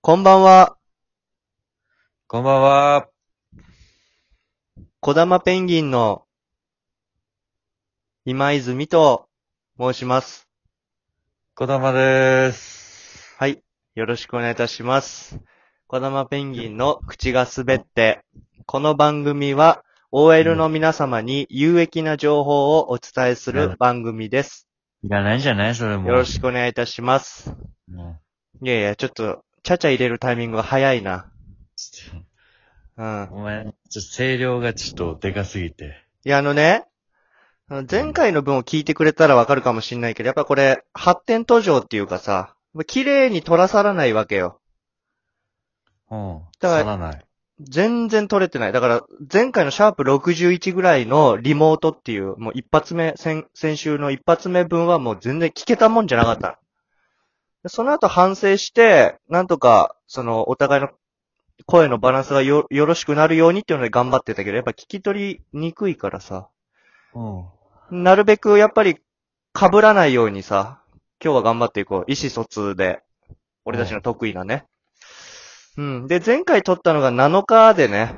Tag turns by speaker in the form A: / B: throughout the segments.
A: こんばんは。
B: こんばんは。
A: 小玉ペンギンの今泉と申します。
B: こだまでーす。
A: はい。よろしくお願いいたします。小玉ペンギンの口が滑って。この番組は OL の皆様に有益な情報をお伝えする番組です。
B: いらないんじゃないそれも。
A: よろしくお願いいたします。
B: ね
A: いやいや、ちょっと、ちゃちゃ入れるタイミングが早いな。
B: ちょっ
A: うん
B: と。お前、ちょっと声量がちょっとでかすぎて。
A: いや、あのね、あの前回の分を聞いてくれたらわかるかもしんないけど、やっぱこれ、発展途上っていうかさ、綺麗に取らさらないわけよ。
B: うん。
A: だから
B: さらない。
A: 全然取れてない。だから、前回のシャープ61ぐらいのリモートっていう、もう一発目、先、先週の一発目分はもう全然聞けたもんじゃなかった。でその後反省して、なんとか、その、お互いの声のバランスがよ、よろしくなるようにっていうので頑張ってたけど、やっぱ聞き取りにくいからさ。
B: うん。
A: なるべくやっぱり被らないようにさ、今日は頑張っていこう。意思疎通で。俺たちの得意なね。うん。で、前回撮ったのが7日でね。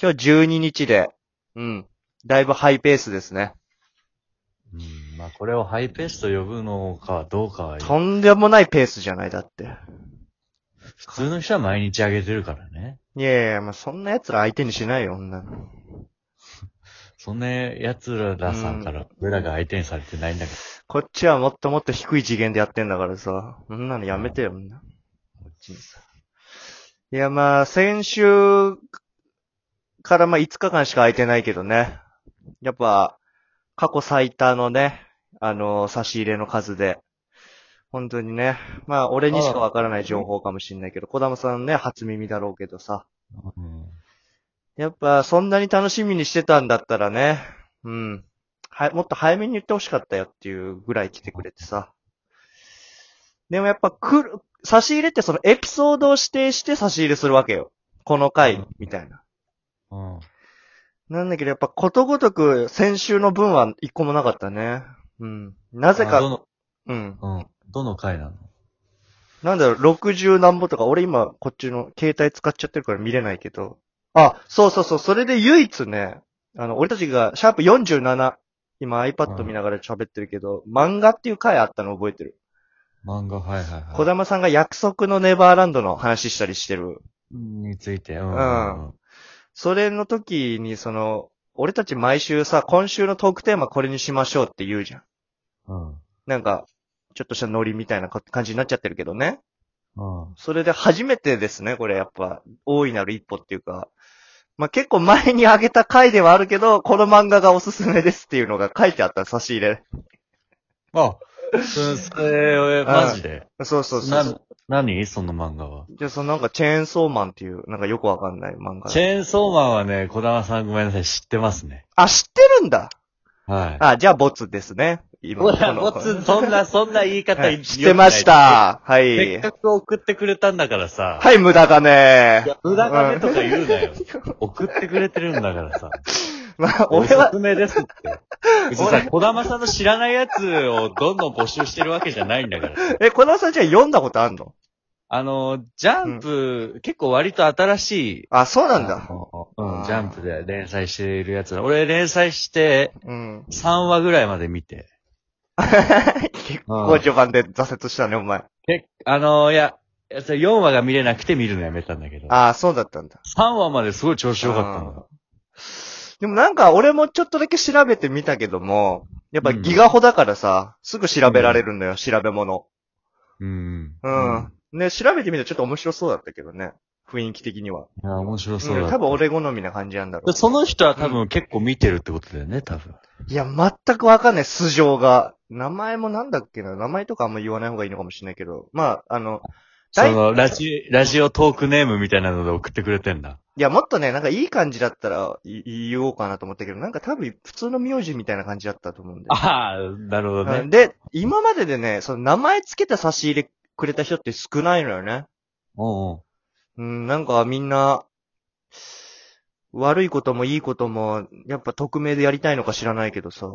A: 今日12日で。うん。だいぶハイペースですね。
B: うん。まあ、これをハイペースと呼ぶのかどうかは、
A: とんでもないペースじゃない、だって。
B: 普通の人は毎日あげてるからね。
A: いやいや、まあ、そんな奴ら相手にしないよ、女の。
B: そんな奴らさんから、俺らが相手にされてないんだけ
A: こっちはもっともっと低い次元でやってんだからさ。そんなのやめてよ、みんな。
B: ど。
A: いや、まあ、先週からまあ5日間しか空いてないけどね。やっぱ、過去最多のね、あの、差し入れの数で。本当にね。まあ、俺にしかわからない情報かもしんないけど、小玉さんね、初耳だろうけどさ。
B: うん。
A: やっぱ、そんなに楽しみにしてたんだったらね。うん。は、もっと早めに言ってほしかったよっていうぐらい来てくれてさ。でもやっぱ来る、差し入れってそのエピソードを指定して差し入れするわけよ。この回、みたいな。
B: うん。
A: なんだけどやっぱことごとく先週の分は一個もなかったね。うん。なぜ
B: あど
A: か、
B: の、
A: うん。
B: うん。どの回なの
A: なんだろう、60何歩とか、俺今こっちの携帯使っちゃってるから見れないけど。あ、そうそうそう、それで唯一ね、あの、俺たちが、シャープ47、今 iPad 見ながら喋ってるけど、漫画っていう回あったの覚えてる。
B: 漫画、はいはいはい。
A: 小玉さんが約束のネバーランドの話したりしてる。
B: について、うん。
A: うんそれの時に、その、俺たち毎週さ、今週のトークテーマこれにしましょうって言うじゃん。
B: うん。うん。
A: なんか、ちょっとしたノリみたいな感じになっちゃってるけどね。
B: うん。
A: それで初めてですね、これやっぱ、大いなる一歩っていうか、まあ、結構前にあげた回ではあるけど、この漫画がおすすめですっていうのが書いてあった差し入れ。
B: あ、そそれ、えマジで。
A: そうそうそ
B: な
A: う。
B: 何その漫画は。
A: で、そのなんかチェーンソーマンっていう、なんかよくわかんない漫画
B: チ。ェーンソーマンはね、小玉さんごめんなさい、知ってますね。
A: あ、知ってるんだ
B: はい。
A: あ、じゃあボツですね。今
B: ほ
A: こ
B: ら、
A: の
B: もつ、そんな、そんな言い
A: は
B: 方
A: い知ってまし。た。は
B: 良くないせっ
A: い。
B: かく送ってくれたんだからさ。
A: はい、無駄金
B: いや、無駄金とか言うなよ。送ってくれてるんだからさ。
A: まあ、
B: お
A: 俺
B: す
A: は、
B: すめですって。別にさ、小玉さんの知らないやつをどんどん募集してるわけじゃないんだから。
A: え、小田さんじゃあ読んだことあんの
B: あの、ジャンプ、結構割と新しい
A: あ、そうなんだ
B: あ。のう
A: あ
B: ん、
A: ー
B: ジャンプで連載しているやつだ。俺連載して
A: うん。
B: 3話ぐらいまで見て。
A: 結構序盤で挫折したね、お前。
B: けあのいや、いやそれ4話が見れなくて見るのやめたんだけど。
A: ああ、そうだったんだ。
B: 3話まですごい調子良かったんだ。
A: でもなんか俺もちょっとだけ調べてみたけども、やっぱギガホだからさ、すぐ調べられるのよ、調べ物。
B: うん。
A: うん。
B: い
A: ね、調べてみたらちょっと面白そうだったけどね。雰囲気的には。
B: や、面白そう
A: うん、
B: だ。
A: 多分俺好みな感じなんだろ
B: でその人は多分結構見てるってことだよね、多分。
A: う。いや、全くわかんない、素性が。名前もなんだっけな、名前とかあんま言わない方がいいのかもしれないけど。まあ、あの、
B: そ
A: 大
B: の、ラジ、ラジオトークネームみたいなので送ってくれてんだ。
A: いや、もっとね、なんかいい感じだったらい言おうかなと思ったけど、なんか多分普通の名字みたいな感じだったと思うんで。
B: ああ、なるほど
A: うん
B: ね。
A: で、今まででね、その名前つけて差し入れくれた人って少ないのよね。
B: おうん。
A: うん、なんかみんな、悪いこともいいことも、やっぱ匿名でやりたいのか知らないけどさ。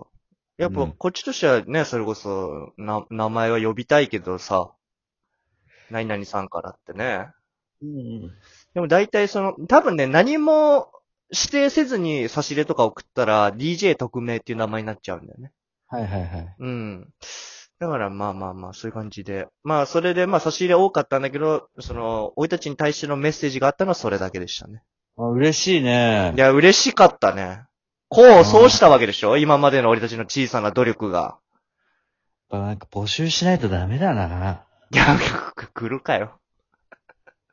A: やっぱ
B: うん
A: こっちとしてはね、それこそ、な、名前は呼びたいけどさ。何々さんからってね。
B: うん。
A: でも大体その、多分ね、何も指定せずに差し入れとか送ったら、DJ 特命っていう名前になっちゃうんだよね。
B: はいはいはい。
A: うん。だからまあまあまあ、そういう感じで。まあ、それでまあ差し入れ多かったんだけど、その、生いたちに対してのメッセージがあったのはそれだけでしたね。
B: あ嬉しいね
A: い。や、嬉しかったね。こう、そうしたわけでしょ今までの俺たちの小さな努力が。
B: やっぱなんか募集しないとダメだな。
A: いや、来るかよ。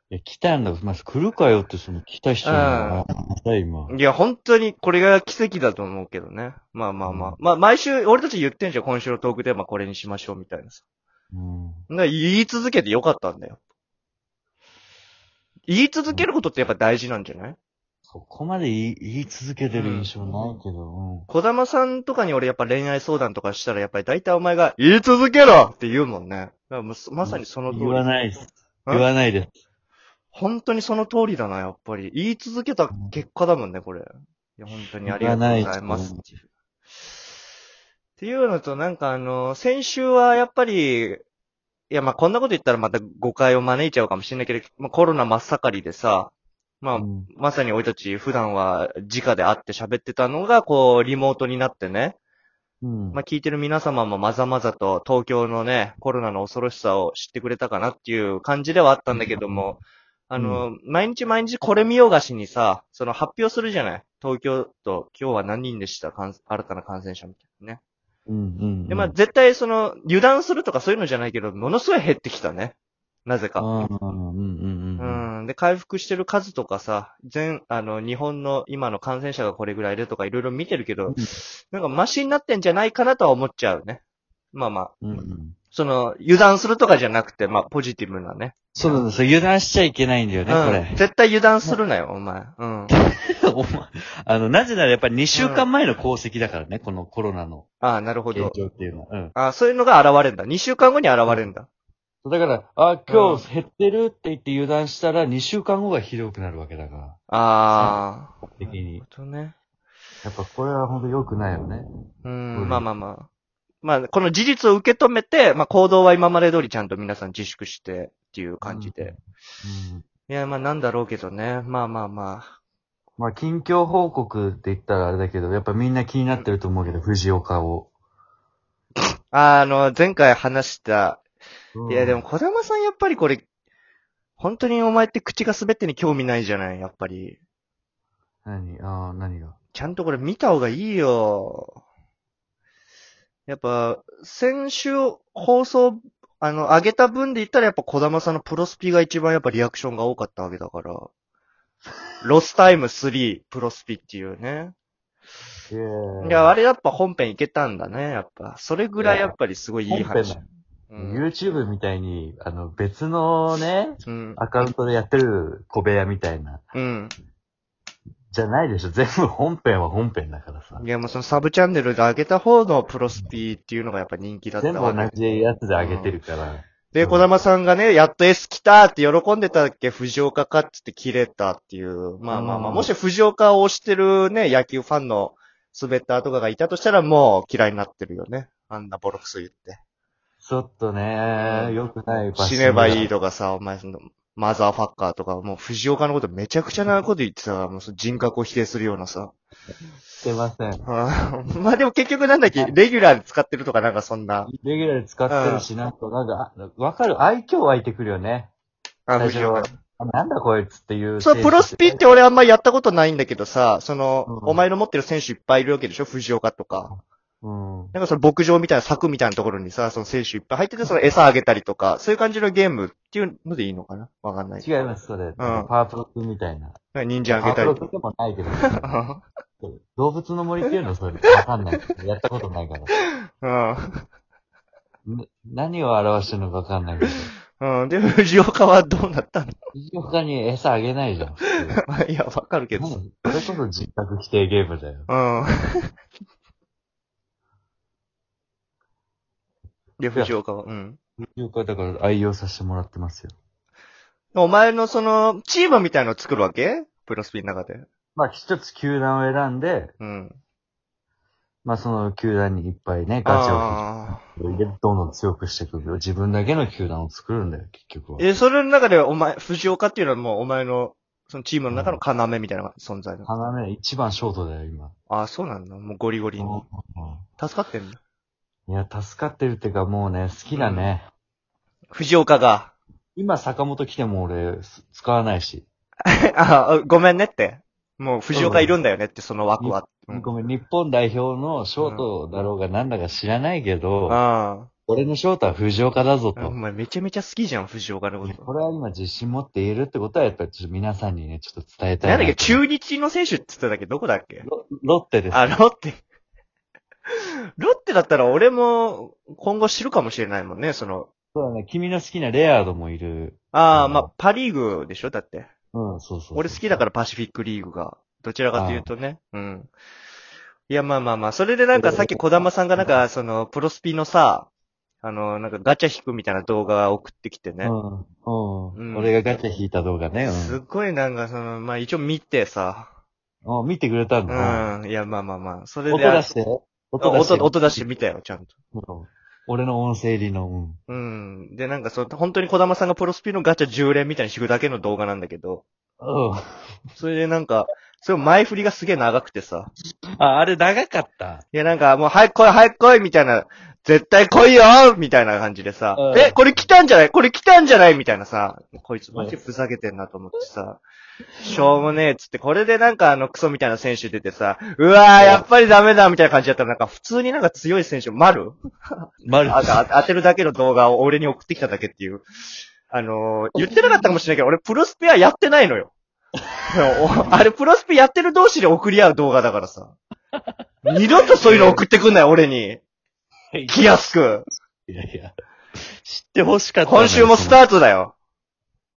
B: いや、来たんだ。まず来るかよって、その来た人が、また今。
A: いや、本当にこれが奇跡だと思うけどね。まあまあまあ。
B: うん
A: まあ、毎週、俺たち言ってんじゃん。今週のトークテーマこれにしましょうみたいなさ。
B: うん。
A: だから言い続けてよかったんだよ。言い続けることってやっぱ大事なんじゃない
B: そこまで言い言い続けてる印象ないけど、うん。
A: 小玉さんとかに俺やっぱ恋愛相談とかしたらやっぱり大体お前が言い続けろって言うもんね。だからもうそまさにその通り。
B: 言わないです。言わないです。
A: 本当にその通りだな、やっぱり。言い続けた結果だもんね、これ。いや、本当にありがとうございます。
B: 言わない
A: っていうのと、なんかあの、先週はやっぱり、いや、まあ、こんなこと言ったらまた誤解を招いちゃうかもしれないけど、まあ、コロナ真っ盛りでさ、まあ、
B: うん
A: まさに俺たち普段は直で会って喋ってたのが、こう、リモートになってね、
B: うん。
A: まあ、聞いてる皆様もまざまざと東京のね、コロナの恐ろしさを知ってくれたかなっていう感じではあったんだけども、あの、毎日毎日これ見よがしにさ、その発表するじゃない東京都、今日は何人でした感新たな感染者みたいなね。
B: うんうん。
A: で、まあ、絶対その、油断するとかそういうのじゃないけど、ものすごい減ってきたね。なぜ
B: う
A: か。
B: んうんうん
A: う
B: うん。
A: ん。で、回復してる数とかさ、全、あの、日本の今の感染者がこれぐらいでとかいろいろ見てるけど、なんかマシになってんじゃないかなとは思っちゃうね。まあまあ、
B: うんうん。
A: その、油断するとかじゃなくて、まあ、ポジティブなね。
B: そうなんですよ。油断しちゃいけないんだよね、こ
A: うん。
B: れ。
A: 絶対油断するなよ、お前。うん。
B: お前あの、なぜならやっぱり2週間前の功績だからね、このコロナの
A: ああ、なるほ
B: 現
A: ど。
B: 状っていうのは。うん。
A: ああ、そういうのが現れんだ。2週間後に現れんだ。
B: だから、あ、今日減ってるって言って油断したら2週間後がひどくなるわけだから。
A: ああ。
B: 的
A: な
B: に
A: るほどね。
B: やっぱこれは本当良くないよね。
A: う、
B: うんん
A: まあまあまあ。まあ、この事実を受け止めて、まあ行動は今まで通りちゃんと皆さん自粛してっていう感じで。
B: うん。
A: いや、まあなんだろうけどね。まあまあまあ。
B: まあ、近況報告って言ったらあれだけど、やっぱみんな気になってると思うけど、藤岡を。
A: あの、前回話した、いやでも
B: うん、
A: 小玉さんやっぱりこれ、本当にお前って口が滑ってに興味ないじゃない、やっぱり。
B: 何ああ、何が
A: ちゃんとこれ見た方がいいよ。やっぱ、先週放送、あの、上げた分で言ったらやっぱ小玉さんのプロスピが一番やっぱリアクションが多かったわけだから。ロスタイム3プロスピっていうね。いや、あれやっぱ本編いけたんだね、やっぱ。それぐらいやっぱりすごいいい話。うん。
B: YouTube みたいに、あの、別のね、
A: うん。
B: アカウントでやってる小部屋みたいな、
A: うん。
B: じゃないでしょ。全部本編は本編だからさ
A: い。や、もうそのサブチャンネルで上げた方のプロスピっていうのがやっぱ人気だった
B: 全部
A: わけ
B: 同じやつで上げてるから。
A: で、小玉さんがね、やっと S 来たって喜んでたっけ、藤岡かっつって切れたっていう。まあまあまあ、
B: うん
A: もし藤岡を推してるね、野球ファンのスベッターとかがいたとしたらもう嫌いになってるよね。あんなボロクソ言って。
B: ちょっとね、良くない場所
A: 死ねばいい。とかさ、お前その、マザーファッカーとか、もう藤岡のことめちゃくちゃなこと言ってたから、もうその人格を否定するようなさ。
B: してません。
A: あー まあでも結局なんだっけ、レギュラーで使ってるとかなんかそんな、
B: レギュラーで使ってるし、なんか、なんか、あわかる。愛嬌湧いてくるよね。
A: あ
B: 最
A: 藤
B: 初
A: 岡
B: は。あなんだこいつっていう。
A: そう、プロスピって俺あんまやったことないんだけどさ、その、
B: うん
A: お前の持ってる選手いっぱいいるわけでしょ藤岡とか。
B: うん。
A: なんかその牧場みたいな柵みたいなところにさ、その選手いっぱい入ってて、その餌あげたりとか、そういう感じのゲームっていうのでいいのかなわかんない。
B: 違います、それ。パワープロ君みたいな。
A: なんか忍
B: パ
A: 者あげ
B: ワープ
A: たり
B: ロ
A: と
B: 君でもないけど。
A: か。
B: 動物の森っていうのそれ。わかんない。やったことないから。
A: うん
B: な何を表してるのかわかんないけど。
A: うん。で、藤岡はどうな ったの
B: 他に餌あげないじゃん。普通
A: いや、わかるけど
B: 何
A: さ。
B: それこそ人格規定ゲームだよ。
A: うん。 で、藤岡は、うん。
B: よかだから愛用させてもらってますよ。
A: お前のその、チームみたいの作るわけプロスピの中で。
B: まあ、一つ球団を選んで、
A: うん。
B: まあその球団にいっぱいね、ガチを
A: あ
B: 振り入れてどんどん強くしていくけど、自分だけの球団を作るんだよ、結局は
A: ー。え、それの中でお前、藤岡っていうのはもうお前の、そのチームの中の要みたいな存在なの。
B: 花ね、一番ショートだよ、今。
A: ああ、そうなんだ。もうゴリゴリに。
B: う
A: 助かってんの
B: んいや、助かってるっていうか、もうね、好きだね。
A: 藤岡が。
B: 今、坂本来ても俺、す使わないし。
A: ああ、ごめんねって。もう藤岡いるんだよねって、その枠は。うん
B: ごめん、日本代表のショートだろうがなんだか知らないけど、
A: あ
B: 俺のショートは藤岡だぞ
A: あ。お
B: と。
A: 前めちゃめちゃ好きじゃん、藤岡のこ
B: いや
A: と。
B: これは今自信持って言えるってことは、やっぱりちょっと皆さんにね、ちょっと伝えたい
A: なんだっけ、
B: な
A: 中日の選手って言ってたっけどこだっけ
B: ロロッテです。
A: あ、ロッテ。ロッテだったら俺も今後知るかもしれないもんね、その。
B: そうだね、君の好きなレアードもいる。
A: ああ、
B: うん
A: まあ、パリーグでしょだって。
B: うん、そうそうそう
A: 俺好きだからパシフィックリーグが。どちらかというとね。うん。いや、まあまあまあ、それでなんかさっき小玉さんがなんか、その、プロスピのさ、あの、なんかガチャ引くみたいな動画送ってきてね。
B: うん、うん。
A: うん
B: 俺がガチャ引いた動画ね。
A: すっごいなんかその、まあ一応見てさ。
B: うん。あ見てくれたんだ。
A: うん。いや、まあまあまあ、それで。
B: 音出して。音出して。
A: 音音出して見たよ、ちゃんと。
B: うん俺の音声入りの、うん。
A: うん。で、なんかそう、本当に小玉さんがプロスピのガチャ10連みたいに敷くだけの動画なんだけど、
B: うん。
A: それでなんか、それ前振りがすげえ長くてさ、
C: あ、あれ長かった。
A: いやなんかもう早く来い早く来いみたいな、絶対来いよみたいな感じでさ、
C: うん
A: え、これ来たんじゃないこれ来たんじゃないみたいなさ、こいつマジふざけてんなと思ってさ、しょうもねえっつって、これでなんかあのクソみたいな選手出てさ、うわー、やっぱりダメだみたいな感じだったらなんか普通になんか強い選手、丸
C: 丸。
A: あとあ当てるだけの動画を俺に送ってきただけっていう。あのー言ってなかったかもしれないけど、俺プロスペアやってない のよ。おあれプロスペやってる同士で送り合う動画だからさ。二度とそういうの送ってくんなよ、俺に。気安く。
B: いやいや。
C: 知ってほしかったのよ。
A: 今週もスタートだよ。